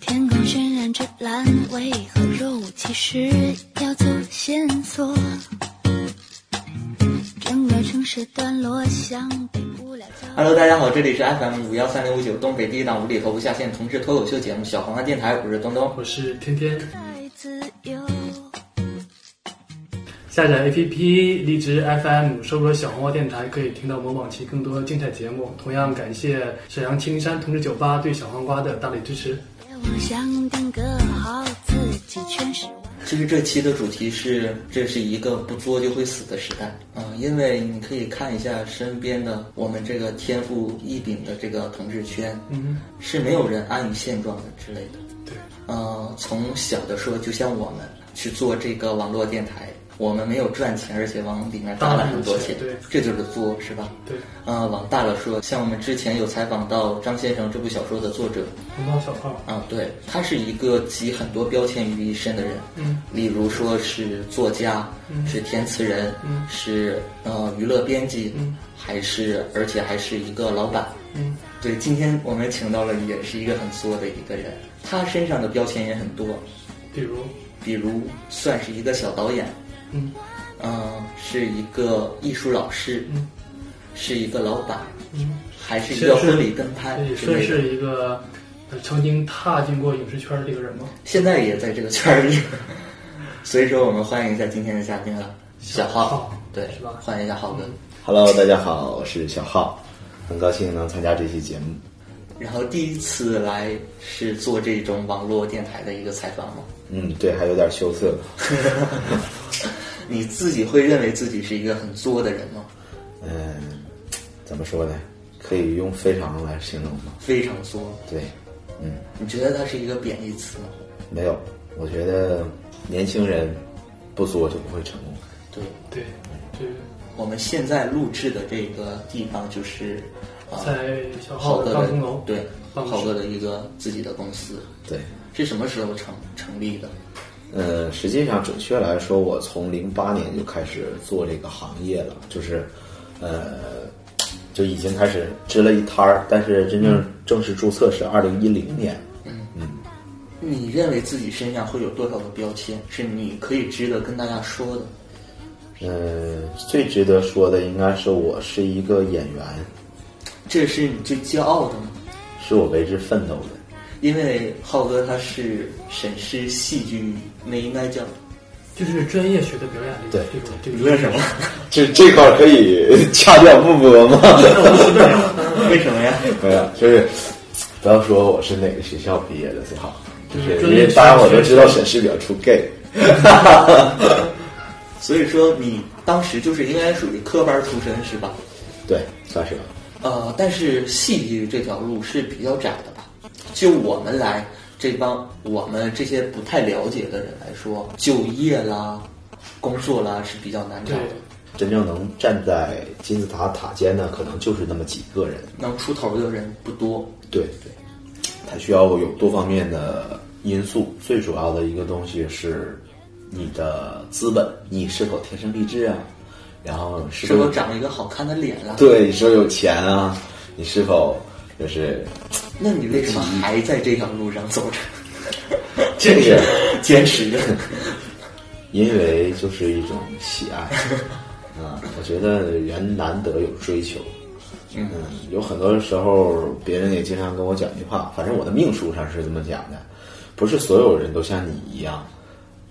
天空渲染着蓝，为何若无其事要做线索？整个城市段落像被无聊浇 Hello，大家好，这里是 FM 五幺三零五九东北第一档无厘头不下线同志脱口秀节目《小黄瓜电台》，我是东东。我是天天，再自由。下载 APP 荔枝 FM，搜索小黄瓜电台，可以听到我们往期更多精彩节目。同样感谢沈阳青山同志酒吧对小黄瓜的大力支持。别妄想定格好自己，全是玩。其实这期的主题是，这是一个不作就会死的时代啊、因为你可以看一下身边的我们这个天赋异禀的这个同志圈，嗯，是没有人安于现状的之类的。对，呃，从小的说，就像我们去做这个网络电台，我们没有赚钱，而且往里面搭了很多钱，搭了很多钱这就是作，是吧？对，呃，往大了说，像我们之前有采访到张先生这部小说的作者，红包小号，啊，对，他是一个集很多标签于一身的人，嗯，例如说是作家，嗯是填词人，嗯是呃娱乐编辑，嗯还是而且还是一个老板。嗯，对，今天我们请到了也是一个很作的一个人，他身上的标签也很多，比如，比如算是一个小导演，嗯嗯、是一个艺术老师，嗯是一个老板，嗯，还是一先个是婚礼跟拍这也之算类的，是一个呃曾经踏进过影视圈的一个人吗？现在也在这个圈儿里， 所以说我们欢迎一下今天的嘉宾了，小浩浩，对是吧，嗯欢迎一下浩哥。 Hello，大家好，我是小浩，很高兴能参加这期节目。然后第一次来是做这种网络电台的一个采访吗？嗯，对，还有点羞涩。你自己会认为自己是一个很作的人吗？嗯，怎么说呢？可以用非常来形容吗？非常作，对，嗯，你觉得它是一个贬义词吗？没有，我觉得年轻人不作就不会成功。对，对，这个我们现在录制的这个地方就是，啊、在小浩浩哥的的办公楼，对，办浩公哥室，的一个自己的公司，对，是什么时候成成立的？嗯，实际上准确来说，我从零八年就开始做这个行业了，就是，呃，就已经开始支了一摊儿，但是真正正式注册是二零一零年。嗯你认为自己身上会有多少个标签是你可以值得跟大家说的？嗯，最值得说的应该是我是一个演员，这是你最骄傲的吗？是我为之奋斗的。因为浩哥他是沈师戏剧，那应该叫就是专业学的表演力，对这种这你种为什么？这这块可以 掐掉不播吗？ 为什么呀？ 没有，就是不要说我是哪个学校毕业的最好，就是就是因为大家我都知道沈师比较出 gay。所以说你当时就是应该属于科班出身是吧？对，算是吧。呃，但是戏剧这条路是比较窄的吧？就我们来这帮我们这些不太了解的人来说，就业啦、工作啦是比较难找对的。真正能站在金字塔塔尖的，可能就是那么几个人。能出头的人不多。对对，它需要有多方面的因素，最主要的一个东西是你的资本，你是否天生丽质啊，然后是是否否长了一个好看的脸啦？，对你是否有钱啊，你是否就是那你为什么还在这条路上走着？这个，坚持着。 因为就是一种喜 爱啊，我觉得人难得有追求。嗯，有很多时候，别人也经常跟我讲一句话，反正我的命书上是这么讲的，不是所有人都像你一样，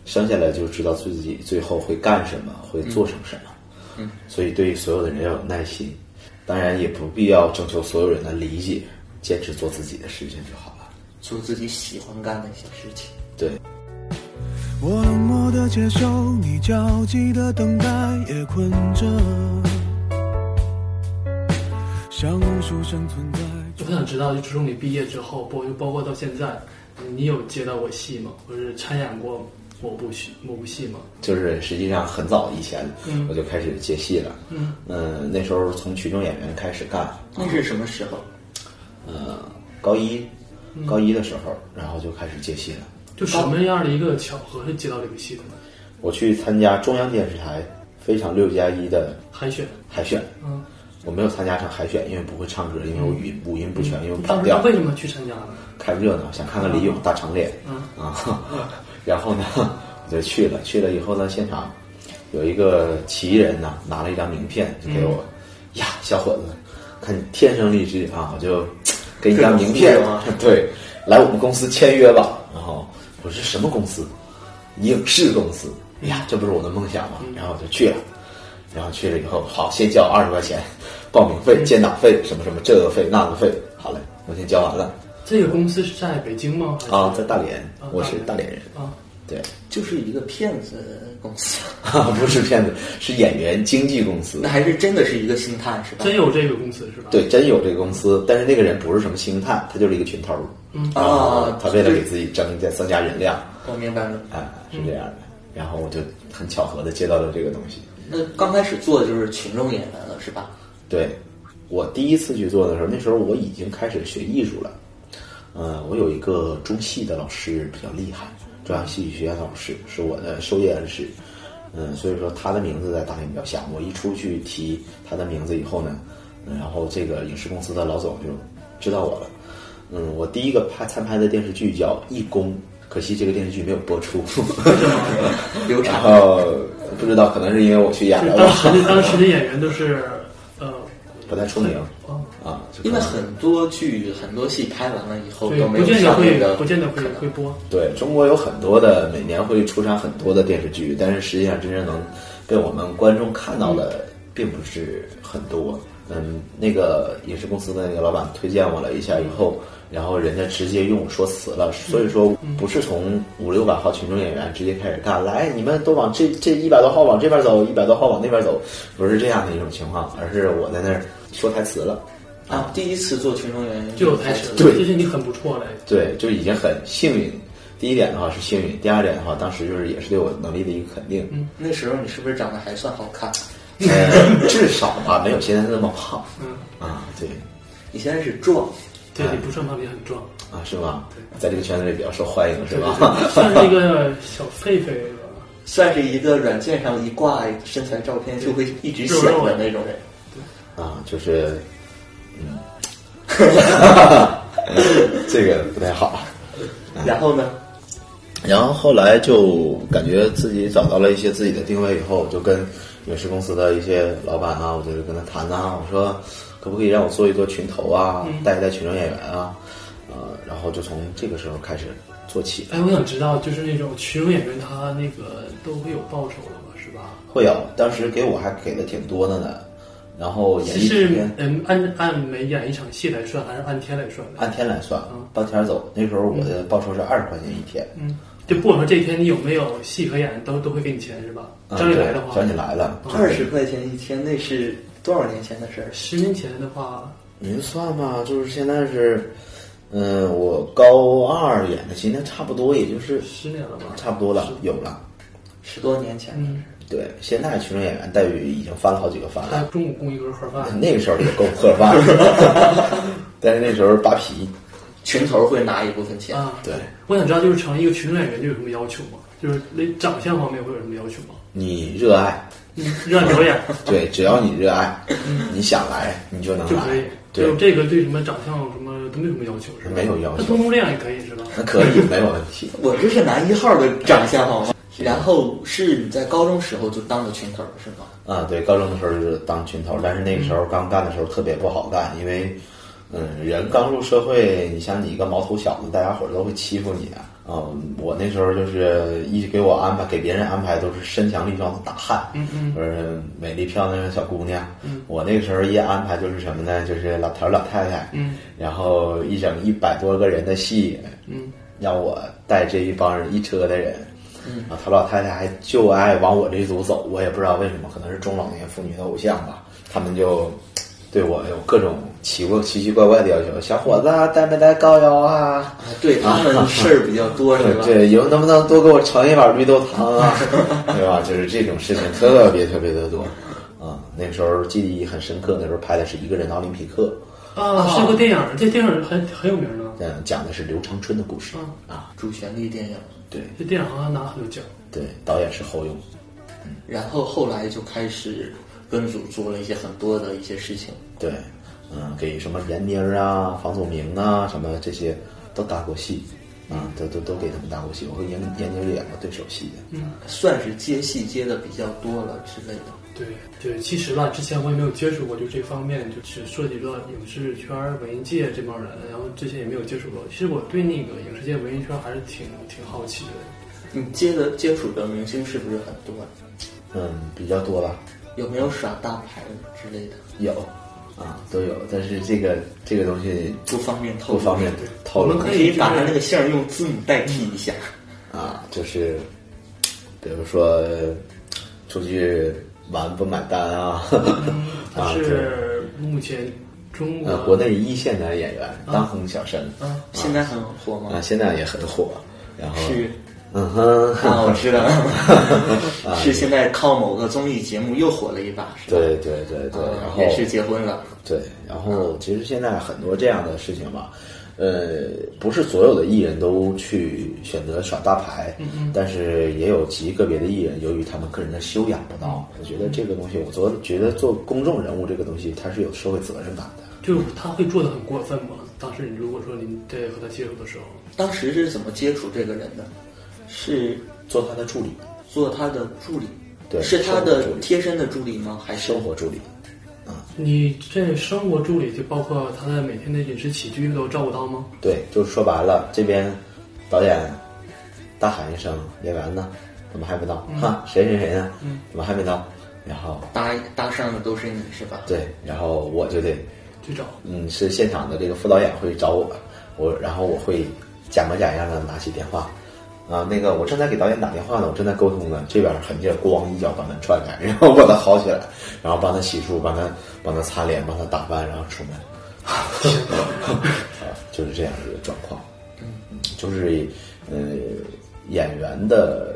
生下来就知道自己最后会干什么，会做成什么。嗯，所以对所有的人要有耐心，当然也不必要征求所有人的理解，坚持做自己的事情就好了。做自己喜欢干的一些事情。对，我冷漠的接受你焦急的等待，也困着，像无数生存在。我想知道，就从你毕业之后，包就包括到现在，你有接到过戏吗？或者是参演过某部戏某部戏吗？就是实际上很早以前嗯我就开始接戏了。嗯，嗯，那时啊候从群众演员开始干，那是什么时候？呃，高一，嗯高一的时候，然后就开始接戏了。就什么样的一个巧合是接到这个戏的呢？我去参加中央电视台《非常六加一》的海选，海选，嗯，我没有参加上海选，因为不会唱歌，因为我语音五音不嗯全，因为我跑当时调为。什么去参加呢？看热闹，想看看李咏大长脸嗯啊， 然后呢， 我就去了。去了以后呢，现场有一个奇人呐、拿了一张名片就给我，嗯呀，小伙子，看你天生丽质啊，我就给你一张名片这种忽悠啊， 对，来我们公司签约吧。然后我说什么公司？影视公司。嗯哎呀，这不是我的梦想吗？然后我就去了。然后去了以后，好，先交二十块钱，报名费、建档费，什么什么这个费那个费，好嘞，我先交完了。这个公司是在北京吗？还是啊，在大连啊，我是大连人，啊，对， 就是一个骗子公司，不是骗子，是演员经纪公司那，还是真的是一个星探是吧？真有这个公司是吧？，对，真有这个公司，但是那个人不是什么星探，他就是一个群头，嗯然后啊他为了给自己增加增加人量，我明白了。哎，是这样的，然后我就很巧合的接到了这个东西，那刚开始做的就是群众演员了是吧？对我第一次去做的时候，那时候我已经开始学艺术了。呃，我有一个中戏的老师比较厉害，中央戏剧学院的老师是我的授业恩师。嗯，所以说他的名字在大连比较响。我一出去提他的名字以后呢，嗯然后这个影视公司的老总就知道我了。嗯，我第一个拍参拍的电视剧叫《义工》，可惜这个电视剧没有播出， 流然产后不知道可能是因为我去演就是了当时吧，的当时的演员都是呃，不太出名哦啊。就可因为能很多剧、很多戏拍完了以后对，都没不有见得上映会的，不见得会会播。对中国有很多的每年会出产很多的电视剧，但是实际上真正能被我们观众看到的并不是很多。嗯，那个影视公司的那个老板推荐我了一下以后，然后人家直接用我说辞了，所以说不是从五六百号群众演员直接开始干，来你们都往这这一百多号往这边走，一百多号往那边走，不是这样的一种情况，而是我在那儿说台词了。啊。第一次做群众演员就有台词，对这是你很不错嘞。对，就已经很幸运。第一点的话是幸运，第二点的话，当时就是也是对我能力的一个肯定。那时候你是不是长得还算好看？呃，至少吧，没有现在那么胖嗯，啊。对你现在是壮，对你不算胖，你很壮，啊，是吧？在这个圈子里比较受欢迎，是 吧？算是一个小狒狒吧。算是一个软件上一挂身材照片就会一直显的那种人。 啊，就是，嗯， 这个不太好。然后呢，然后后来就感觉自己找到了一些自己的定位以后，我就跟影视公司的一些老板啊，我就跟他谈啊，我说可不可以让我做一做群头啊，嗯带一带群众演员啊，呃，然后就从这个时候开始做起的。哎，我想知道，就是那种群众演员，他那个都会有报酬的吧，是吧？会有，当时给我还给的挺多的呢。然后演艺是体验嗯，按按每演一场戏来算，还是按天来算的？按天来算，当天走。那时候我的报酬是二十块钱一天。嗯，就不管说这天你有没有戏可演，都都会给你钱是吧？啊张丽对来的话，找你来了，嗯二十块钱一天，那是多少年前的事儿？十年前的话，您算吧，就是现在是，嗯，我高二演的戏，那差不多也就是十年了吧？差不多了，有了。十多年前的事嗯儿。，对，现在群众演员待遇已经翻了好几个番他了，中午供一根盒饭，那个时候也够破饭 了，但是那时候扒皮，群头会拿一部分钱，啊，嗯对。我想知道，就是成为一个群众演员，就有什么要求吗？就是那长相方面会有什么要求吗？你热爱，嗯，热爱表 演对，只要你热爱，你想来你就能就可来以，，哎对就，这个对什么长相什么都没有什么要求是吧？没有要求那通通这样也可以是吧？那可以没有问题。我这是男一号的长相好吗？然后是你在高中时候就当了群头是吗？啊，对，高中的时候就是当群头，但是那个时候刚干的时候特别不好干，因为，嗯，人刚入社会，你像你一个毛头小子，大家伙儿都会欺负你啊。嗯，我那时候就是一给我安排，给别人安排都是身强力壮的大汉，嗯嗯，或者美丽漂亮的小姑娘。嗯，我那个时候一安排就是什么呢？就是老头儿老太太，嗯，然后一整一百多个人的戏，嗯，让我带这一帮人一车的人，啊，他老太太还就爱往我这一组走，我也不知道为什么，可能是中老年妇女的偶像吧。他们就对我有各种奇怪、奇奇怪怪的要求，小伙子啊戴没戴高腰啊？啊，对他们事儿比较多是吧？对，以后能不能多给我盛一碗绿豆汤 啊？对吧？就是这种事情特别特别的多。啊、那个时候记忆很深刻，那时候拍的是一个人的奥林匹克，啊，是个电影儿，这电影儿很很有名呢。嗯，讲的是刘长春的故事啊，主旋律电影，对这电影好像拿了很多奖，对，导演是侯勇，然后后来就开始跟组做了一些很多的一些事情，对，嗯，给什么闫妮儿啊、房祖名啊什么这些都搭过戏，啊，都都都给他们搭过戏，我和闫闫妮儿演过对手戏的，嗯算是接戏接的比较多了之类的。对对，其实吧，之前我也没有接触过，就这方面，就只涉及到影视圈儿、文艺界这帮人，然后之前也没有接触过。其实我对那个影视界、文艺圈还是挺挺好奇的。你接的接触的明星是不是很多呀？嗯，比较多吧，有没有耍大牌之类的？有，啊，都有，但是这个这个东西不方便透不露。方便透我露们可可以把他那个姓儿用字母代替一下。啊，就是比如说出去玩不买单啊，他嗯 啊，对是目前中国、呃，国内一线男演员，当红小生，啊，现在很火吗？啊，现在也很火，然后 是，嗯哼，啊，我知道， 是现在靠某个综艺节目又火了一把，是吧？啊对对对对，然啊，后也是结婚了，对，然后其实现在很多这样的事情吧，呃，不是所有的艺人都去选择耍大牌，但是也有极个别的艺人，由于他们个人的修养不到，我觉得这个东西，我昨觉得做公众人物这个东西，它是有社会责任感的。就是他会做的很过分嘛。当时你如果说您在和他接触的时候，当时是怎么接触这个人的？是做他的助理，做他的助理，对是他的生活助理贴身的助理吗？还是生活助理，嗯你这生活助理就包括他的每天的饮食起居都照顾到吗？对，就是说白了，这边导演大喊一声演员呢，怎么还没到？哈，谁谁谁呢？怎么还没到？然后搭搭上的都是你是吧？对，然后我就得去找嗯，是现场的这个副导演会找我，我然后我会假模假样的拿起电话，啊，那个我正在给导演打电话呢，我正在沟通呢，这边横着咣一脚把门踹开，然后把他薅起来，然后帮他洗漱，帮他帮他擦脸，帮他打扮，然后出门， 啊，就是这样的一个状况，嗯，就是呃，演员的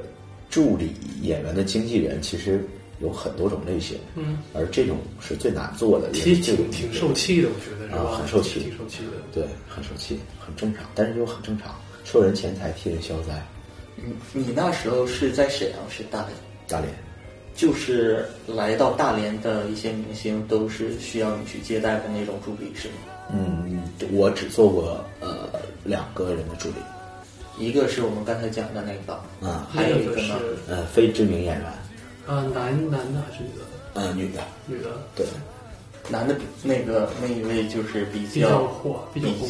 助理、演员的经纪人其实有很多种类型，嗯，而这种是最难做的，也其是实最挺挺容易的受气的，我觉得是吧？啊很受气挺受气的。对，很受气，很正常，但是又很正常。受人钱财，替人消灾。你你那时候是在沈阳，是大连，大连，就是来到大连的一些明星都是需要你去接待的那种助理是吗？嗯，我只做过呃两个人的助理，一个是我们刚才讲的那个，啊还有一个个是呢，呃，非知名演员，啊，男男的还是女的？呃，女的，女的对，男的比那个那一位就是比比较较火，比较红。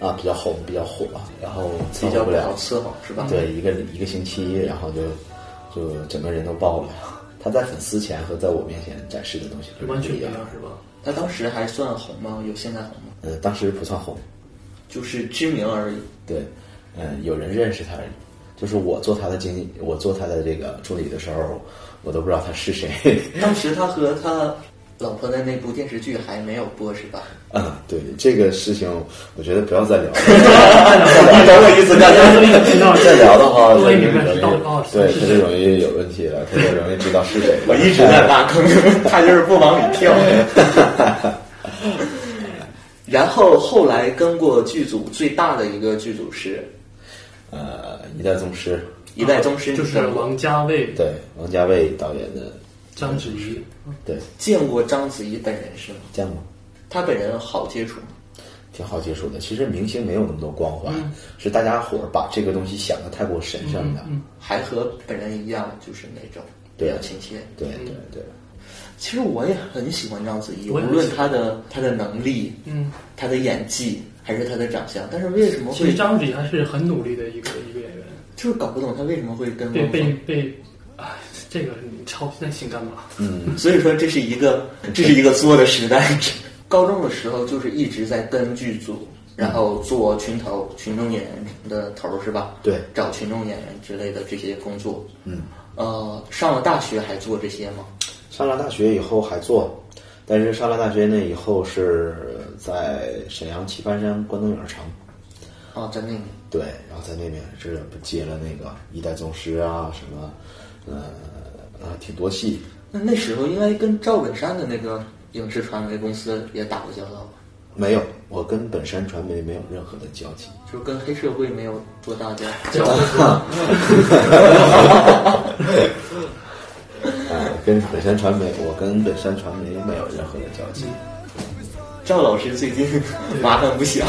啊，比较红，比较火，然后比比较不不好了，嗯伺候是吧？，对，一个一个星期，然后就就整个人都爆了。他在粉丝前和在我面前展示的东西都是完全不不一一样样的。是吧？他当时还算红吗？有现在红吗？呃，当时不算红，就是知名而已。对，嗯，有人认识他而已。就是我做他的经理，我做他的这个助理的时候，我都不知道他是谁。 当时他和他老婆的那部电视剧还没有播是吧？啊，对这个事情，我觉得不要再聊了。你懂我意思，大家都 知道再聊的话，我容也易明白知道哦对，是他就容易有问题了，他就容易知道是谁。我一直在挖坑，他就是不往里跳。 然后后来跟过剧组最大的一个剧组是呃，一代宗师，一代宗师，啊就是王家卫、对王家卫导演的，章子怡，对，见过章子怡本人是吗？见过，他本人好接触吗？挺好接触的。其实明星没有那么多光环，是大家伙儿把这个东西想的太过神圣了。还和本人一样，就是那种比较亲切。对对对，其实我也很喜欢章子怡，无我也很论喜欢她的她的能力，嗯，她的演技，还是她的长相，但是为什么其实会章子怡还是很努力的一个一个演员，就是搞不懂她为什么会跟被汪被峰？被，哎，这个你操现在心干嘛？所以说这是一个这是一个作的时代。 高中的时候就是一直在跟剧组，然后做群头、群众演员的头儿是吧？对找群众演员之类的这些工作。嗯，呃，上了大学还做这些吗？上了大学以后还做，但是上了大学呢以后是在沈阳棋盘山关东影城，啊，在那里。对，然后在那边是接了那个一代宗师啊什么，呃啊挺多戏，那那时候应该跟赵本山的那个影视传媒公司也打过交道吧？没有，我跟本山传媒没有任何的交集。 就跟黑社会没有多大的交集。啊，跟本山传媒，我跟本山传媒没有任何的交集。赵老师最近 麻烦不小，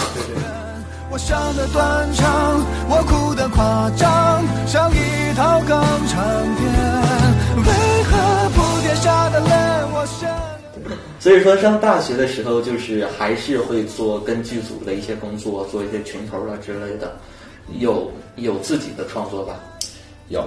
我笑得断肠，我哭得夸张，像一套港产片。为何蝴蝶下的泪，我先所以说上大学的时候，就是还是会做跟剧组的一些工作，做一些群头啊之类的，有有自己的创作吧。有，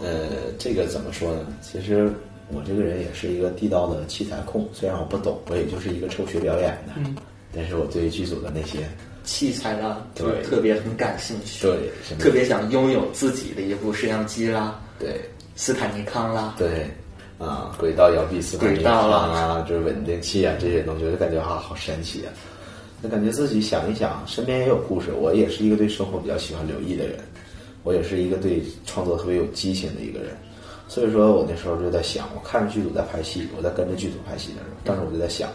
呃，这个怎么说呢？其实我这个人也是一个地道的器材控，虽然我不懂，我也就是一个臭学表演的，但是我对剧组的那些，器材啦，就对是特别很感兴趣，对什么特别想拥有自己的一部摄像机啦，对斯坦尼康啦，对，啊，轨道摇臂、四环轨道了啊，就是稳定器啊这些东西，我就感觉啊，好神奇啊！就感觉自己想一想，身边也有故事。我也是一个对生活比较喜欢留意的人，我也是一个对创作特别有激情的一个人。所以说我那时候就在想，我看着剧组在拍戏，我在跟着剧组拍戏的时候，当时我就在想，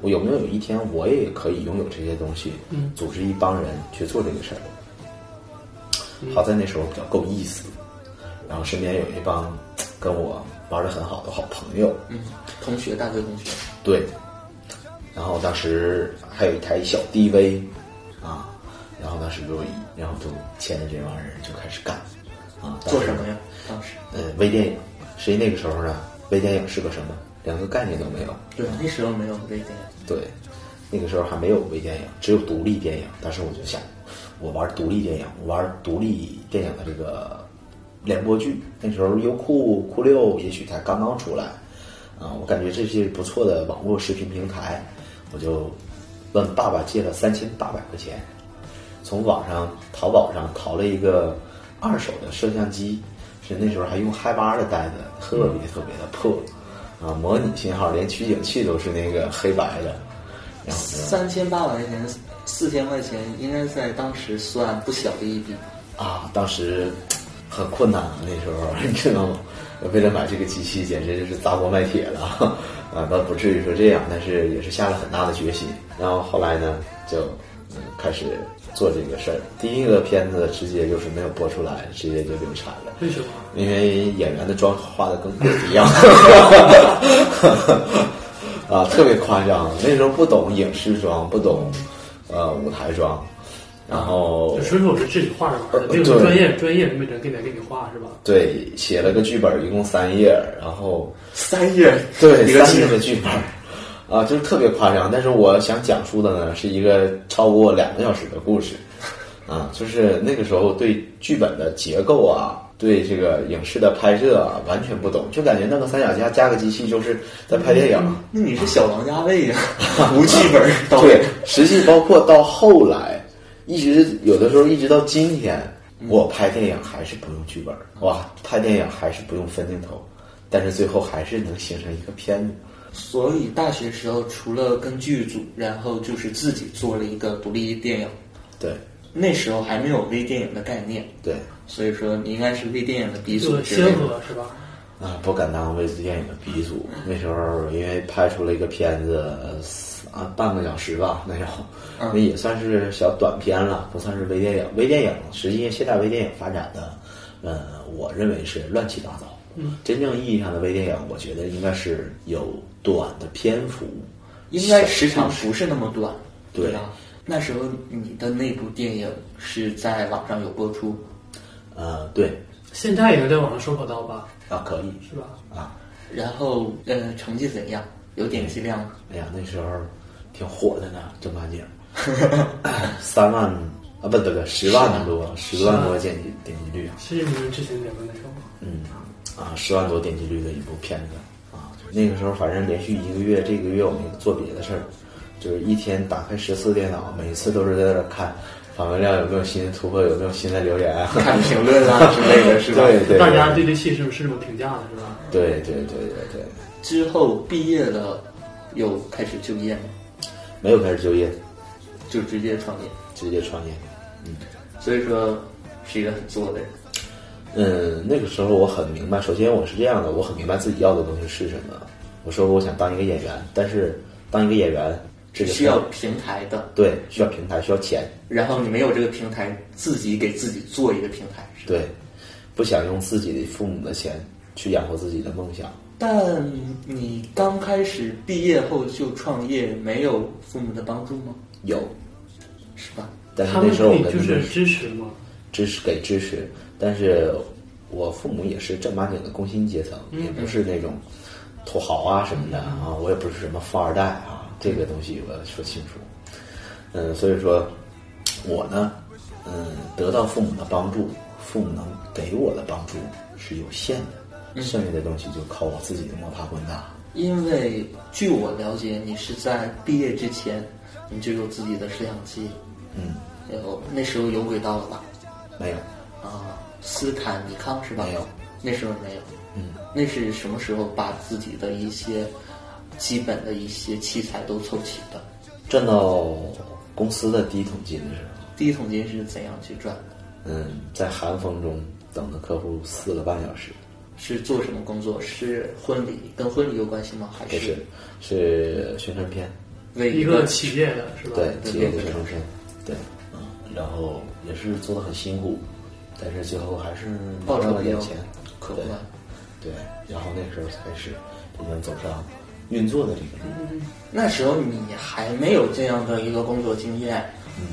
我有没有有一天我也可以拥有这些东西，组织一帮人去做这个事儿。好在那时候比较够意思，然后身边有一帮跟我玩的很好的好朋友，嗯，同学，大学同学，对，然后当时还有一台小 DV 啊，然后当时就然后就牵着这帮人就开始干啊，当时做什么呀？当时，呃，微电影，实际那个时候呢，微电影是个什么？连个概念都没有。对，那时候没有微电对，那个时候还没有微电影，只有独立电影。当时我就想，我玩独立电影，我玩独立电影的这个联播剧。那时候优酷、酷六也许才刚刚出来，啊、我感觉这是不错的网络视频平台，我就问爸爸借了三千八百块钱，从网上淘宝上淘了一个二手的摄像机，是那时候还用嗨八的袋子，特别特别的破。啊，模拟信号连取景器都是那个黑白的，然后呢三千八百块钱，四千块钱，应该在当时算不小的一笔。啊，当时很困难啊，那时候 你知道吗？为了买这个机器，简直就是砸锅卖铁了啊！倒不至于说这样，但是也是下了很大的决心。然后后来呢，就嗯开始做这个事儿。第一个片子直接就是没有播出来，直接就流产了。为什么？因为演员的妆化的跟鬼一样， 啊，特别夸张。那时候不懂影视妆，不懂呃舞台妆，然后就纯属是自己画着玩的，没有对专业专业没人给你给你画是吧？对写了个剧本，一共三页，然后三页，对一个三剧页的剧本，啊，就是特别夸张。但是我想讲述的呢，是一个超过两个小时的故事，啊，就是那个时候对剧本的结构啊，对这个影视的拍摄啊，完全不懂，就感觉弄个三脚架加个机器，就是在拍电影。那你是小王家卫呀、 无剧本导对演，， 实际包括到后来，一直有的时候一直到今天，我拍电影还是不用剧本儿，哇，拍电影还是不用分镜头，但是最后还是能形成一个片子。所以大学时候除了跟剧组，然后就是自己做了一个独立电影。对那时候还没有微电影的概念，对，所以说你应该是微电影的鼻祖就之类先的。河是吧？啊，不敢当卫视电影的鼻祖。那时候因为拍出了一个片子啊，半个小时吧，那有，嗯那也算是小短片了，不算是微电影。微电影实际现在微电影发展的，呃，我认为是乱七八糟。嗯，真正意义上的微电影，我觉得应该是有短的篇幅，应该时长不是那么短，对吧？那时候你的那部电影是在网上有播出，呃，对，现在也能在网上搜可到吧？啊，可以是吧？啊，然后呃成绩怎样？有点击量吗？哎呀，那时候挺火的呢，郑八景， 三万啊，不对不对，十万多，十万多点击点击率啊，是你们之前聊的那个吗？嗯，啊，十万多点击率的一部片子啊，那个时候反正连续一个月，这个月我没做别的事儿，就是一天打开十次电脑，每次都是在那看访问量有没有新的突破，有没有新的留言啊，看评论啊之类的，是吧？ 对对大家对这戏是不是有评价的是吧？对对对对对，之后毕业了，又开始就业吗？没有开始就业，就直接创业，直接创业。所以说是一个很作的人。嗯，那个时候我很明白，首先我是这样的，我很明白自己要的东西是什么。我说我想当一个演员，但是当一个演员这个需要平台的，对需要平台需要钱，然后你没有这个平台，自己给自己做一个平台。是吧对，不想用自己的父母的钱去养活自己的梦想，但你刚开始毕业后就创业，没有父母的帮助吗？有，是吧？但是他那们时候对我你们就是支持吗？支持给支持，但是我父母也是正儿八经的工薪阶层，也不是那种土豪啊什么的啊，我也不是什么富二代啊，这个东西我要说清楚。嗯，所以说我呢，嗯，得到父母的帮助，父母能给我的帮助是有限的，剩下的东西就靠我自己的摸爬滚打。因为据我了解，你是在毕业之前，你就有自己的摄像机，嗯，有那时候有轨道了吧？没有，啊，斯坦尼康是吧？没有，那时候没有。嗯，那是什么时候把自己的一些基本的一些器材都凑齐的？赚到公司的第一桶金的时候。第一桶金是怎样去赚的？嗯，在寒风中等着客户四个半小时，是做什么工作？是婚礼跟婚礼有关系吗？还不是是宣传片，为一个企业的是吧？对对企业对对的宣传片，对，嗯，然后也是做的很辛苦，但是最后还是报酬赚了比较点钱，可对观？对，然后那时候才是已经走上运作的这个路，那时候你还没有这样的一个工作经验，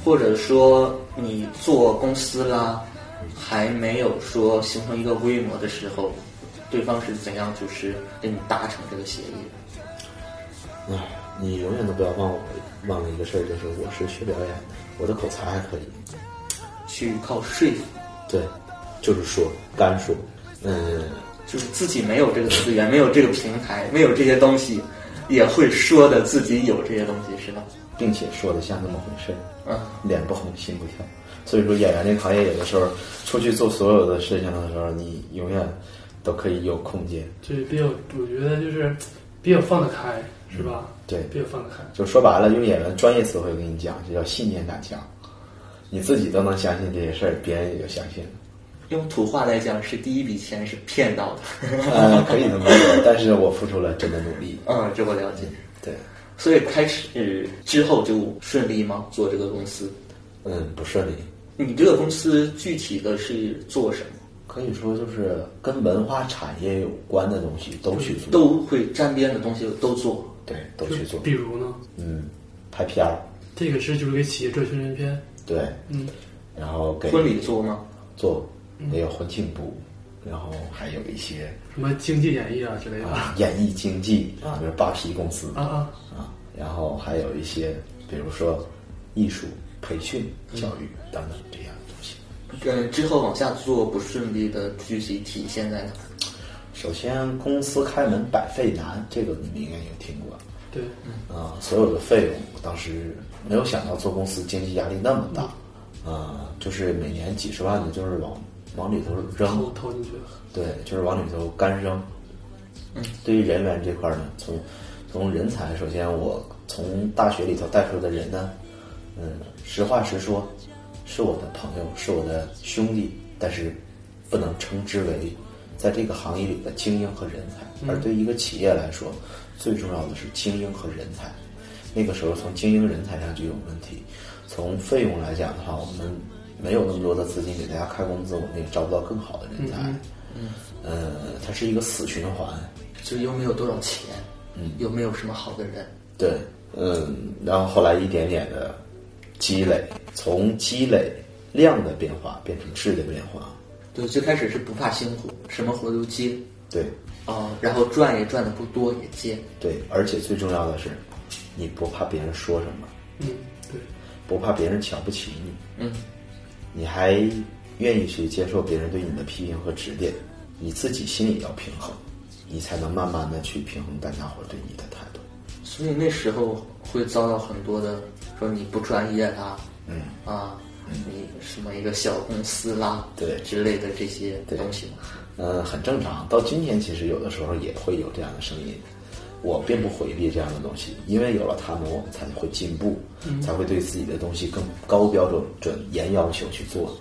或者说你做公司啦，还没有说形成一个规模的时候，对方是怎样就是跟你达成这个协议的？唉，你永远都不要忘我忘了一个事儿，就是我是学表演的，我的口才还可以，去靠说服，对，就是说干说，嗯，就是自己没有这个资源，没有这个平台，没有这些东西，也会说的自己有这些东西是吧？并且说的像那么回事儿，嗯，脸不红心不跳。所以说，演员这个行业有的时候出去做所有的事情的时候，你永远都可以有空间。就是比较，我觉得就是比较放得开，是吧？嗯对比较放得开。就说白了，用演员专业词汇跟你讲，就叫信念打墙。你自己都能相信这些事儿，别人也就相信了。用土话来讲是第一笔钱是骗到的， 嗯，可以这么说，但是我付出了真的努力。嗯，这我了解。对，所以开始之后就顺利吗？做这个公司？嗯，不顺利，你这个公司具体的是做什么？可以说就是跟文化产业有关的东西都去做，都会沾边的东西都做。对，都去做就。比如呢，嗯，拍片儿，这个是就是给企业做宣传片，对，嗯，然后给婚礼做吗？做，也有婚庆部，然后还有一些什么经济演绎啊之类的啊演艺经纪，比如扒皮公司啊啊，啊，然后还有一些比如说艺术培训、教育等等这样的东西。嗯，之后往下做不顺利的具体体现在哪儿？首先，公司开门百费难，这个你们应该有听过。对，啊、所有的费用，我当时没有想到做公司经济压力那么大，啊、就是每年几十万的，就是往往里头扔，投投进去，对，就是往里头干扔。嗯，对于人员这块儿呢，从从人才，首先我从大学里头带出来的人呢，嗯，实话实说，是我的朋友，是我的兄弟，但是不能称之为在这个行业里的精英和人才。而对于一个企业来说，最重要的是精英和人才。那个时候，从精英人才上就有问题。从费用来讲的话，我们没有那么多的资金给大家开工资，我们也招不到更好的人才。呃，它是一个死循环。就又没有多少钱，嗯，又没有什么好的人，对，嗯，然后后来一点点的积累，从积累量的变化变成质的变化。对，最开始是不怕辛苦，什么活都接，对，啊、然后赚也赚的不多也接，对，而且最重要的是，你不怕别人说什么，嗯，对，不怕别人瞧不起你，嗯，你还愿意去接受别人对你的批评和指点，你自己心里要平衡，你才能慢慢的去平衡大家伙对你的态度。所以那时候会遭到很多的说你不专业啦，嗯啊，你什么一个小公司啦，对之类的这些对东西嘛。嗯，很正常。到今天，其实有的时候也会有这样的声音。我并不回避这样的东西，因为有了他们，我们才会进步，才会对自己的东西更高标准、准严要求去做。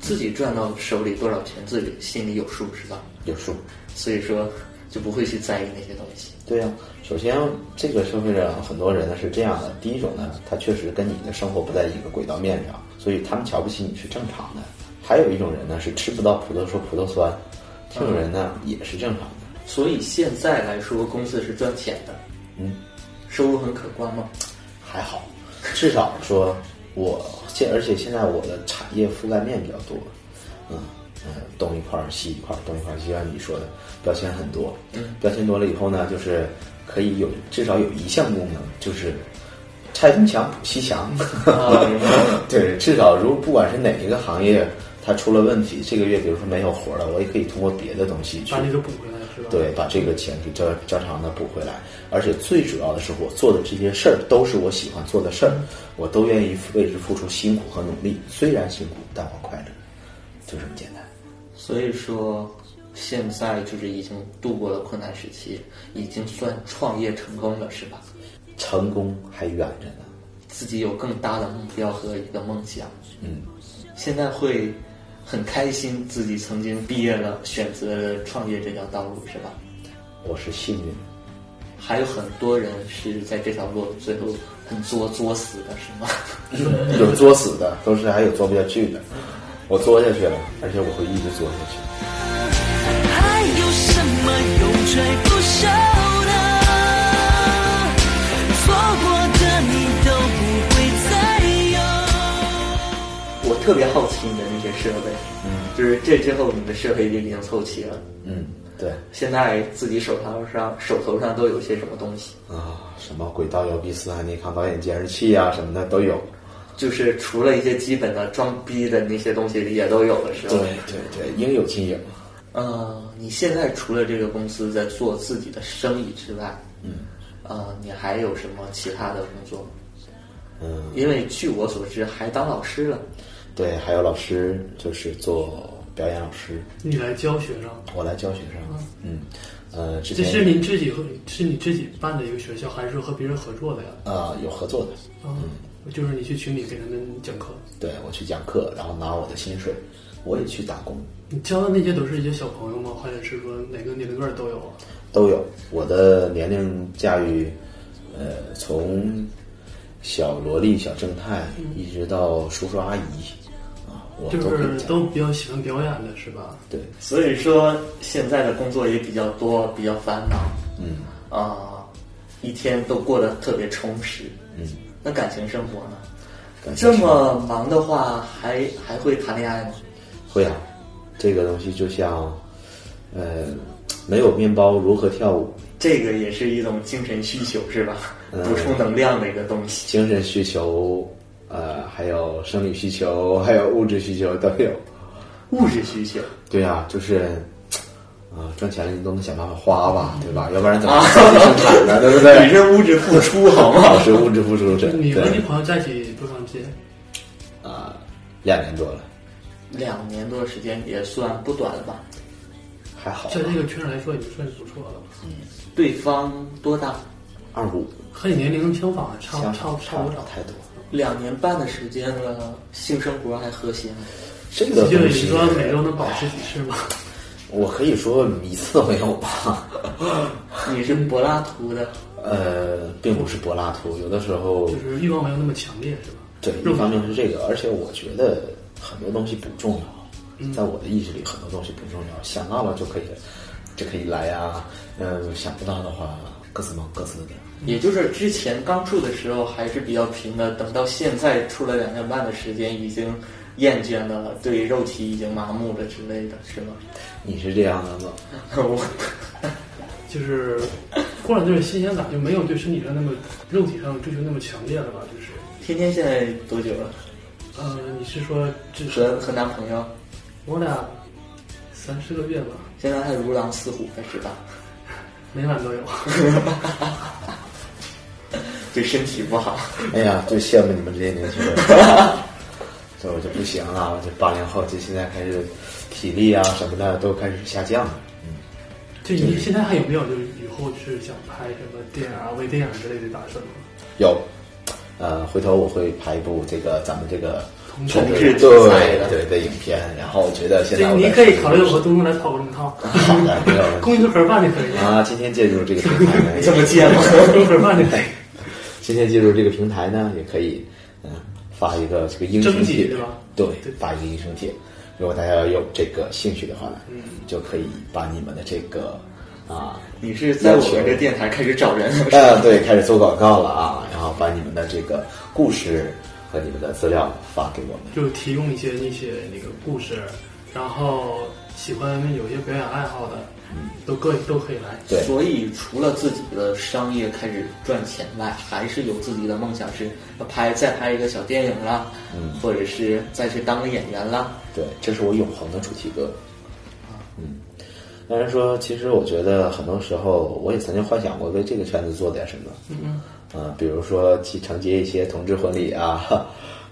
自己赚到手里多少钱，自己心里有数，是吧？有数，所以说，就不会去在意那些东西。对呀、首先这个社会上很多人呢是这样的，第一种呢，他确实跟你的生活不在一个轨道面上，所以他们瞧不起你是正常的；还有一种人呢是吃不到葡萄说葡萄酸，这种人呢也是正常的。所以现在来说，公司是赚钱的，嗯，收入很可观吗？还好，至少说我现而且现在我的产业覆盖面比较多，嗯嗯，东一块儿西一块儿，东一块儿西，就像你说的，标签很多，嗯，标签多了以后呢，就是可以有至少有一项功能就是。拆东墙补西墙， 对，至少如不管是哪一个行业，它出了问题，这个月比如说没有活了，我也可以通过别的东西去把这个补回来是吧？对，把这个钱给照照常的补回来。而且最主要的是，我做的这些事儿都是我喜欢做的事儿，我都愿意为之付出辛苦和努力。虽然辛苦，但我快乐，就这么简单。所以说，现在就是已经度过了困难时期，已经算创业成功了，是吧？成功还远着呢。自己有更大的目标和一个梦想，嗯，现在会很开心自己曾经毕业了，选择了创业这条道路，是吧？我是幸运的，还有很多人是在这条路最后很作作死的，是吗？有作死的，都是还有做不下去的。我作下去了，而且我会一直作下去。还有什么永垂不朽的？错过的你都不会再有。 我特别好奇你的那些设备，嗯，就是这之后你的设备已经凑齐了，嗯，对现在自己手头上手头上都有些什么东西？啊，什么轨道摇臂四啊、尼康导演监视器啊什么的都有。就是除了一些基本的装逼的那些东西也都有了，是吧？对对对，应有尽有。呃，你现在除了这个公司在做自己的生意之外，嗯，呃，你还有什么其他的工作吗？嗯，因为据我所知，还当老师了。对，还有老师就是做表演老师，你来教学生，我来教学生。嗯，呃，之这前是您自己和是你自己办的一个学校，还是说和别人合作的呀？啊、有合作的，啊，就是你去群里给他们讲课，对我去讲课，然后拿我的薪水，我也去打工，你教的那些都是一些小朋友吗？还是说哪个年龄段都有啊？都有。我的年龄驾驭，呃，从小萝莉、小正太，一直到叔叔阿姨，啊，我嗯就都可以是讲。都比较喜欢表演的是吧？对，所以说，现在的工作也比较多，比较繁忙，嗯啊、一天都过得特别充实。嗯，那感情生活呢？感谢这么忙的话，还还会谈恋爱吗？会啊，这个东西就像，呃，没有面包如何跳舞？这个也是一种精神需求，是吧？嗯补充能量的一个东西。精神需求，呃，还有生理需求， 还有物质需求都有。物质需求，对啊，就是，啊、赚钱了你都能想办法花吧，对嗯吧？要不然怎么怎么生产呢？对不你 对？是物质付出好我吗？是物质付出者，你和对你朋友在一起多长时间？啊、两年多了，两年多的时间也算不短了吧？还好吧在。这个圈儿来说，已经算是不错了。对方多大？二五和你年龄相仿，啊差相差差差不不多了少？太多。两年半的时间了，性生活还和谐吗？这个就东你西，说每周能保持几次吗？ 我可以说一次都没有吧。你是柏拉图的，呃，并不是柏拉图，有的时候就是欲望没有那么强烈是吧？对，一方面是这个，而且我觉得很多东西不重嗯要，在我的意识里很多东西不重要，想到了就可以，就可以来呀、嗯、想不到的话，各自忙各自的。也就是之前刚处的时候还是比较平的，等到现在处了两年半的时间，已经厌倦了，对肉体已经麻木了之类的，是吗？你是这样的吗？ 我就是过了这种新鲜感，就没有对身体上那么肉体上追求那么强烈了吧？就是，天天现在多久了？呃，你是说至少和和男朋友我俩三四个月吧，现在还如狼似虎的是吧？每晚都有。对身体不好。哎呀，就羡慕你们这些年轻人，这我 就不行了，我这八零后，这现在开始体力啊什么的都开始下降了。嗯就你现在还有没有就是以后是想拍什么电影啊、微电影之类的打算吗？有，呃，回头我会拍一部这个咱们这个同志题材对的，对的影片，然后觉得现在这我你在可以考虑我东东来跑个龙套，好的，没有问公题益盒饭就可以，啊。今天借助这个平台呢，也这么贱吗？ 公益盒饭就可以。今天借助这个平台呢，也可以嗯发一个这个英雄征集帖对吧，对对，发一个英雄帖。如果大家有这个兴趣的话呢，就可以把你们的这个啊你是在我们这电台开始找人了？呃，对，开始做广告了啊，然后把你们的这个故事和你们的资料发给我们。就提供一些那些那个故事，然后喜欢有些表演爱好的，都各都可以来。对所以除了自己的商业开始赚钱外，还是有自己的梦想，是要拍再拍一个小电影啦，或者是再去当个演员啦。对，这是我永恒的主题歌。嗯，当然说，其实我觉得很多时候，我也曾经幻想过为这个圈子做点什么。嗯啊，比如说去承接一些同志婚礼啊，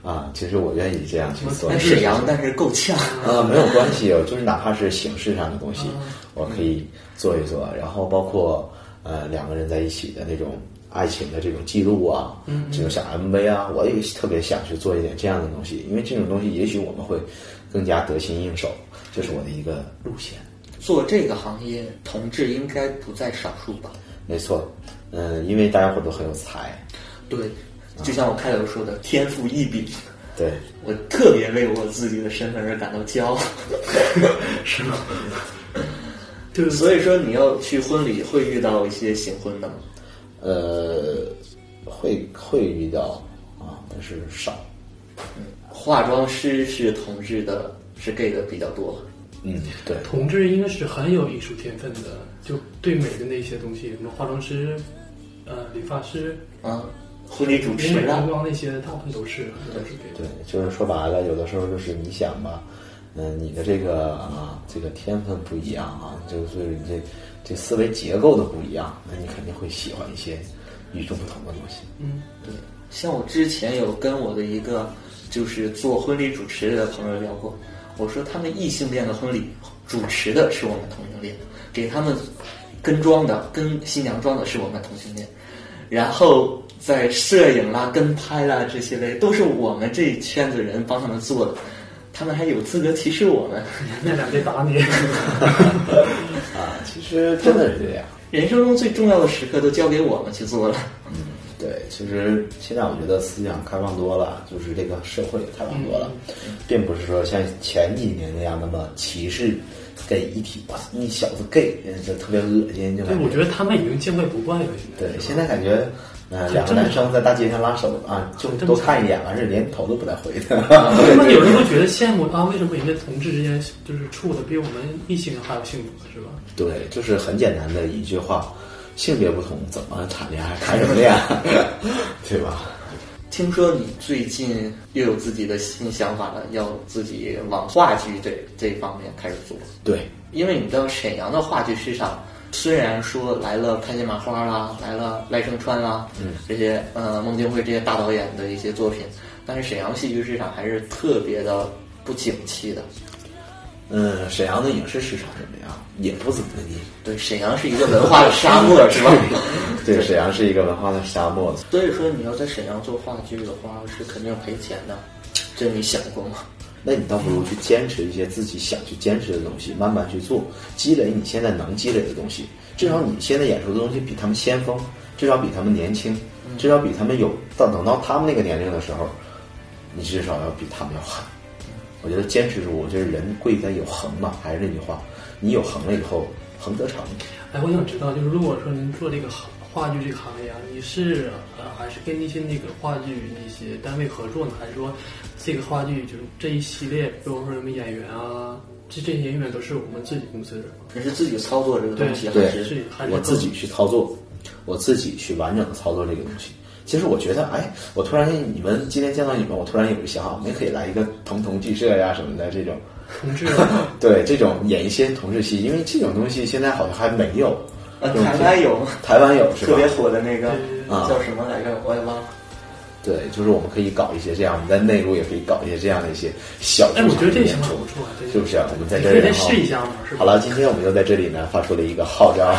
啊，其实我愿意这样去做那。沈阳，但是够呛。啊，没有关系，就是哪怕是形式上的东西，我可以做一做，然后包括呃两个人在一起的那种爱情的这种记录啊，这种小 MV 啊，我也特别想去做一点这样的东西，因为这种东西也许我们会更加得心应手，这是我的一个路线。做这个行业，同志应该不在少数吧？没错，嗯、因为大家伙都很有才，对，就像我开头说的，天赋异禀。对，我特别为我自己的身份而感到骄傲， 是吗？对，所以说，你要去婚礼会遇到一些行婚的吗？呃，会会遇到啊，但是少，化妆师是同志的，是 gay 的比较多。嗯，对，同志应该是很有艺术天分的，就对美的那些东西，什么化妆师、呃理发师、啊，婚礼主美持美啊妆，光那些，大部分都是都是给对，就是说白了，有的时候就是你想吧，嗯、你的这个啊，这个天分不一样啊，就是你这这思维结构都不一样，那你肯定会喜欢一些与众不同的东西。嗯，对，像我之前有跟我的一个就是做婚礼主持的朋友聊过，我说他们异性恋的婚礼主持的是我们同性恋，给他们跟妆的、跟新娘妆的是我们同性恋，然后在摄影啦、跟拍啦这些类都是我们这一圈子人帮他们做的，他们还有资格歧视我们。 那俩得打你。啊，其实真的是这样。人生中最重要的时刻都交给我们去做了。对，其实现在我觉得思想开放多了，就是这个社会也开放多了，嗯并不是说像前几年那样那么歧视 gay 一体吧，你小子 gay 呃就特别恶心，就对，感我觉得他们已经见怪不怪了，现在对，是吧现在感觉，呃，两个男生在大街上拉手啊，就多看一眼，完事连头都不带回的。 他们有人会觉得羡慕啊，为什么人家同志之间就是处的比我们异性还要幸福，是吧？对，就是很简单的一句话，性别不同，怎么谈恋爱，谈什么恋爱， 对吧？听说你最近又有自己的新想法了，要自己往话剧这这方面开始做。对，因为你知道沈阳的话剧市场，虽然说来了开心麻花啦，来了赖声川啦，嗯，这些呃孟京辉这些大导演的一些作品，但是沈阳戏剧市场还是特别的不景气的。嗯，沈阳的影视市场怎么样？也不怎么地。对，沈阳是一个文化的沙漠，是 吧？对，沈阳是一个文化的沙漠。所以说你要在沈阳做话剧的话，是肯定赔钱的。这你想过吗？那你倒不如去坚持一些自己想去坚持的东西，慢慢去做，积累你现在能积累的东西。至少你现在演出的东西比他们先锋，至少比他们年轻，至少比他们有到等到他们那个年龄的时候，你至少要比他们要狠。我觉得坚持住，我觉得人贵在有恒嘛，还是那句话，你有恒了以后，恒则长。哎，我想知道，就是如果说您做这个行话剧这个行业啊，你是呃还是跟一些那个话剧那些单位合作呢，还是说这个话剧就是这一系列，比如说什么演员啊，这这些演员都是我们自己公司的人吗？你是自己操作这个东西，还对是是还是我自己去操作，我自己去完整的操作这个东西。其实我觉得，哎，我突然间你们今天见到你们，我突然有一个想法，我们也可以来一个同同剧社呀什么的这种，同志啊，对，这种演一些同志戏，因为这种东西现在好像还没有。呃这种台湾有吗 台湾有是吧？特别火的那个对啊叫什么来着？我也忘了。对，就是我们可以搞一些这样，我们在内陆也可以搞一些这样的一些小剧哎，我场觉得的这演想法出不，错，对，是不是啊？我们在你这可以里再然后试一下嘛，是吧？好了，，今天我们就在这里呢发出了一个号召，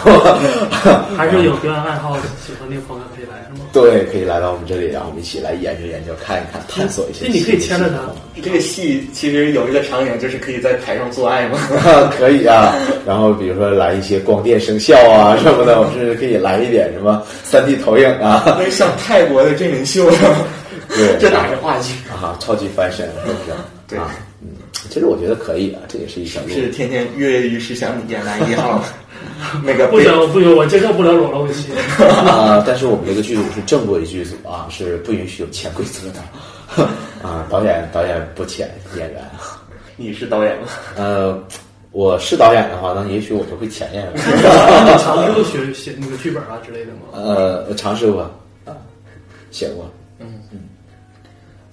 还是有表演爱好、喜欢那个朋友可以来，是吗？对，可以来到我们这里，然后我们一起来研究研究，看一看，嗯探索一些这新你可的情况。以牵着他，这个戏其实有一个场景，就是可以在台上做爱嘛。 可以啊，然后比如说来一些光电声效啊什么的，我们甚至可以来一点什么三 D 投影 啊，那像泰国的真人秀，对这哪是话剧？啊，超级翻身是不是？ 对啊，嗯，其实我觉得可以啊，这也是一条路。是天天跃跃欲试，想你演男一号，那个不被行不行，我接受不了裸露戏。 啊，但是我们这个剧组是正规剧组啊，是不允许有潜规则的 啊。导演导演不潜演员，你是导演吗？ 呃，我是导演的话，那也许我就会潜演员。你尝试过学写那个剧本啊之类的吗？呃，我尝试过啊，写过。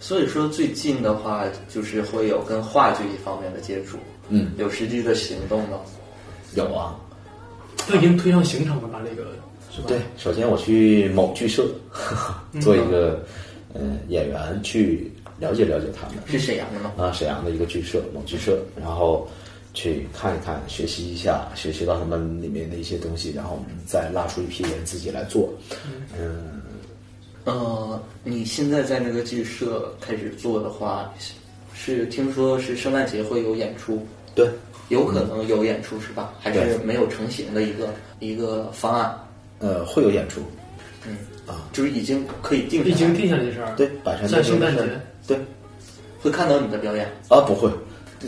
所以说最近的话，就是会有跟话剧一方面的接触，嗯，有实际的行动吗？有啊。都已经推向行程了吧？这个是吧？对，首先我去某剧社 做一个嗯、呃演员，去了解了解他们。是沈阳的吗？啊，沈阳的一个剧社，某剧社，然后去看一看，学习一下，学习到他们里面的一些东西，然后我们再拉出一批人自己来做。嗯，呃，你现在在那个剧社开始做的话，是听说是圣诞节会有演出，对，有可能有演出是吧？嗯还是对没有成型的一个一个方案？呃，会有演出，嗯，啊，就是已经可以定下来已经定下来这事儿。对，百山在这圣边诞的节事儿，对，会看到你的表演。啊，不会。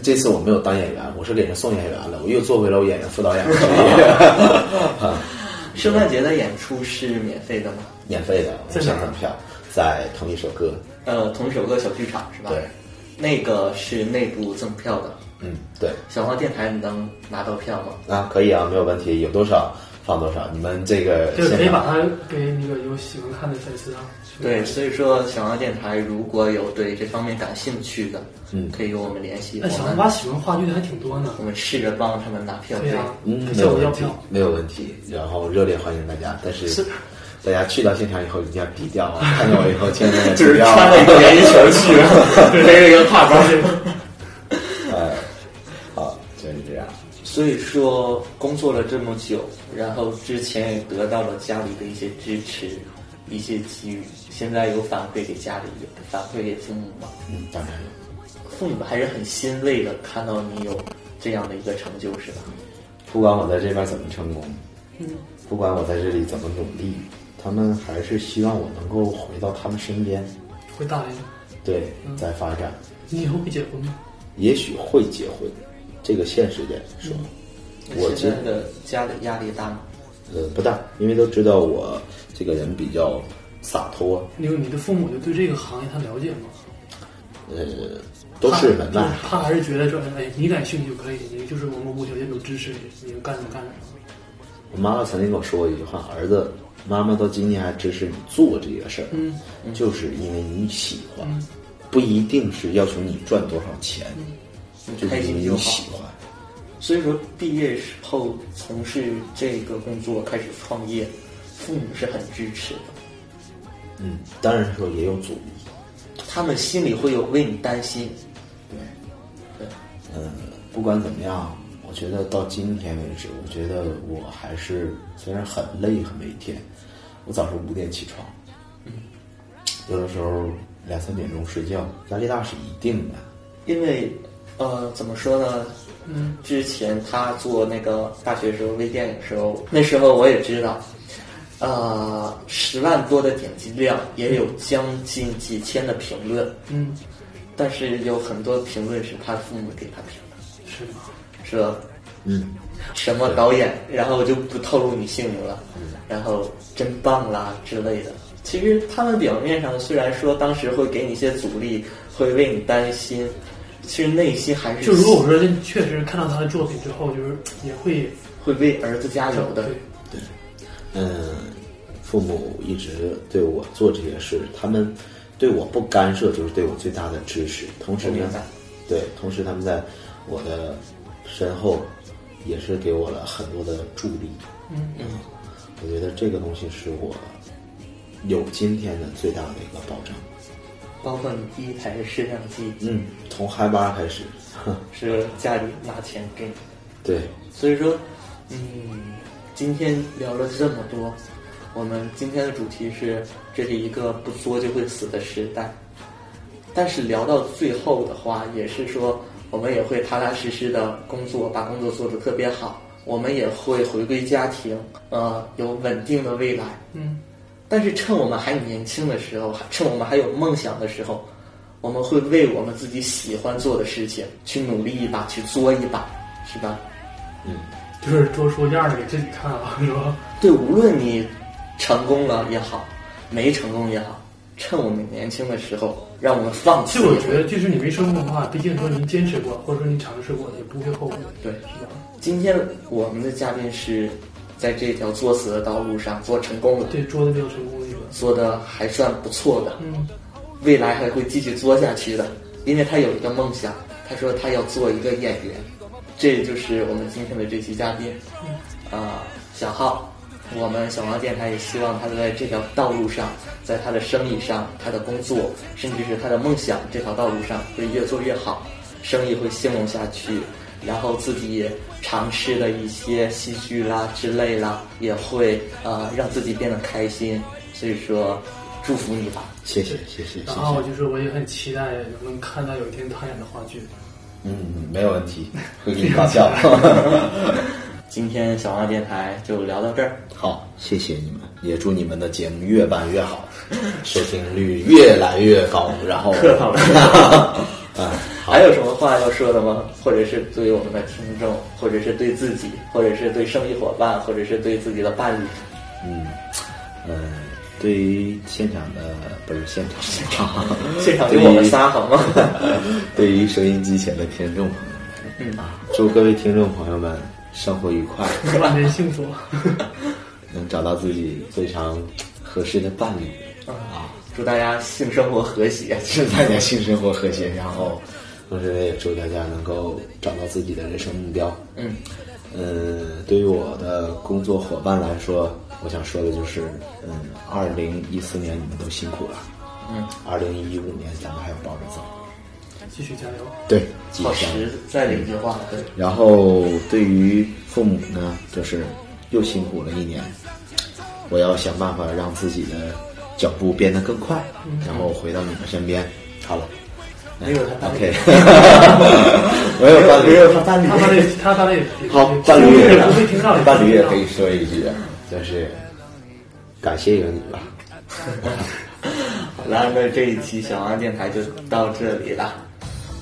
这次我没有当演员，我是给人送演员了，我又做回了我演员副导演的职 业，啊圣诞节的演出是免费的吗？免费的，我在哪上儿门票，在同一首歌，呃，同首歌小剧场是吧？对，那个是内部赠票的。嗯，对，小黄电台你能拿到票吗？啊，可以啊，没有问题，有多少放多少，你们这个就是现可以场把它给那个有喜欢看的粉丝啊。是吧对，所以说小黄电台如果有对这方面感兴趣的，嗯可以与我们联系，哎，小我红花们喜欢话剧的还挺多呢我。们试着帮他们拿票。对啊呀，嗯，没向有我要问题票。，没有问题。然后热烈欢迎大家，但是是大家去到现场以后一定要低调啊，看到我以后千 万就是不要穿了一个连衣裙去， 背着一个挎包。呃，好，就是这样。所以说，工作了这么久，然后之前也得到了家里的一些支持，一些给予，现在有反馈给家里，有反馈给父母吗？嗯，当然了，父母还是很欣慰的，看到你有这样的一个成就，是吧？不管我在这边怎么成功，不管我在这里怎么努力，他们还是希望我能够回到他们身边，回大连，对，嗯在发展，你以后会结婚吗？也许会结婚，这个现实点说，嗯我现觉在的家里压力大吗？呃不大，因为都知道我这个人比较洒脱，你有你的父母就对这个行业他了解吗？呃，都是门外他他还是觉得说，哎，你感兴趣就可以，你就是我们无条件都支持你，你能干什么干什么。我妈妈曾经跟我说过一句话：“儿子，妈妈到今天还支持你做这个事儿，嗯就是因为你喜欢，嗯不一定是要求你赚多少钱，你就嗯是开因为心你就喜好。欢。所以说，毕业后从事这个工作，开始创业，父母是很支持的，嗯，当然说也有阻力，他们心里会有为你担心。对，对，嗯，不管怎么样，我觉得到今天为止，我觉得我还是虽然很累，很每天，我早上五点起床，嗯，有的时候两三点钟睡觉，压力大是一定的。”因为，呃，怎么说呢？嗯，之前他做那个大学时候微电影的时候，那时候我也知道，呃，十万多的点击量，也有将近几千的评论，嗯，但是有很多评论是他父母给他评的，是吗？说嗯，什么导演，然后我就不透露你姓名了，嗯然后真棒啦之类的。其实他们表面上虽然说当时会给你一些阻力，会为你担心，其实内心还是就如果我说这确实看到他的作品之后，就是也会会为儿子加油的对。嗯，父母一直对我做这些事，他们对我不干涉，就是对我最大的支持。同时我明呢白，对，同时他们在我的身后也是给我了很多的助力。嗯我觉得这个东西是我有今天的最大的一个保障。包括你第一台摄像机嗯，从嗨吧开始， 呵是家里拿钱给你的，对，所以说，嗯，今天聊了这么多，我们今天的主题是这是一个不作就会死的时代，但是聊到最后的话，也是说我们也会踏踏实实的工作，把工作做得特别好，我们也会回归家庭，呃，有稳定的未来。嗯，但是趁我们还年轻的时候，趁我们还有梦想的时候，我们会为我们自己喜欢做的事情去努力一把，去作一把，是吧？就是多说样儿给自己看啊，是吧？对，无论你成功了也好，没成功也好，趁我们年轻的时候，让我们放其弃实一回。我觉得，就是你没成功的话，毕竟说你坚持过，或者说你尝试过，也不会后悔，对是吧？今天我们的嘉宾是在这条作死的道路上做成功了，对，做的比较成功的一个，做的还算不错的，嗯，未来还会继续做下去的，因为他有一个梦想，他说他要做一个演员，这就是我们今天的这期嘉宾，啊、小浩，我们小王电台也希望他在这条道路上，在他的生意上、他的工作，甚至是他的梦想这条道路上会越做越好，生意会兴隆下去，然后自己也尝试的一些戏剧啦之类啦，也会呃让自己变得开心，所以说祝福你吧。谢谢谢谢谢然后哦谢，就是啊我也很期待能看到有一天他演的啊话剧。嗯，没有问题，会给你发 笑。 今天小王电台就聊到这儿，好，谢谢你们，也祝你们的节目越办越好， 收听率越来越高，然后客套了啊，好还有什么话要说的吗？或者是对我们的听众，或者是对自己，或者是对生意伙伴，或者是对自己的伴侣？ 嗯嗯，对于现场的不是现场，现场就我们仨好吗？ 对于收音机前的听众朋友们，嗯啊，祝各位听众朋友们生活愉快，晚年幸福，能找到自己非常合适的伴侣啊，祝大家性生活和谐，祝大家性生活和谐，然后同时呢，也祝大家能够找到自己的人生目标。嗯，嗯，对于我的工作伙伴来说，我想说的就是，嗯，二零一四年你们都辛苦了，嗯，二零一五年咱们还要抱着走，继续加油。对，继续好加油实在的一句话，对，然后对于父母呢，就是又辛苦了一年，我要想办法让自己的脚步变得更快，然后回到你们身边。好了，嗯哎没有他伴侣 OK，我 有伴没侣，有他伴他他侣，也他他也好，伴侣也不会听到，伴侣也可以说一句，就是感谢有你吧。好了，那这一期小王电台就到这里了。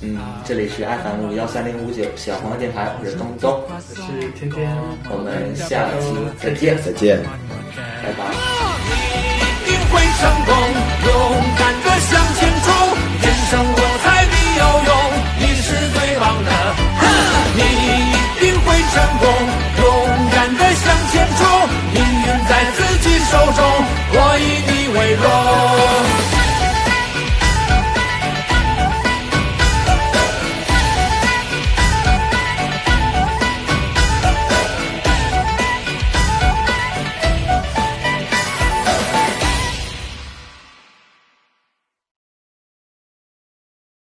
嗯，这里是 FM 幺三零五九小黄电台，我是东东，是天天。我们下期再见，再见。拜拜。一定会成功，永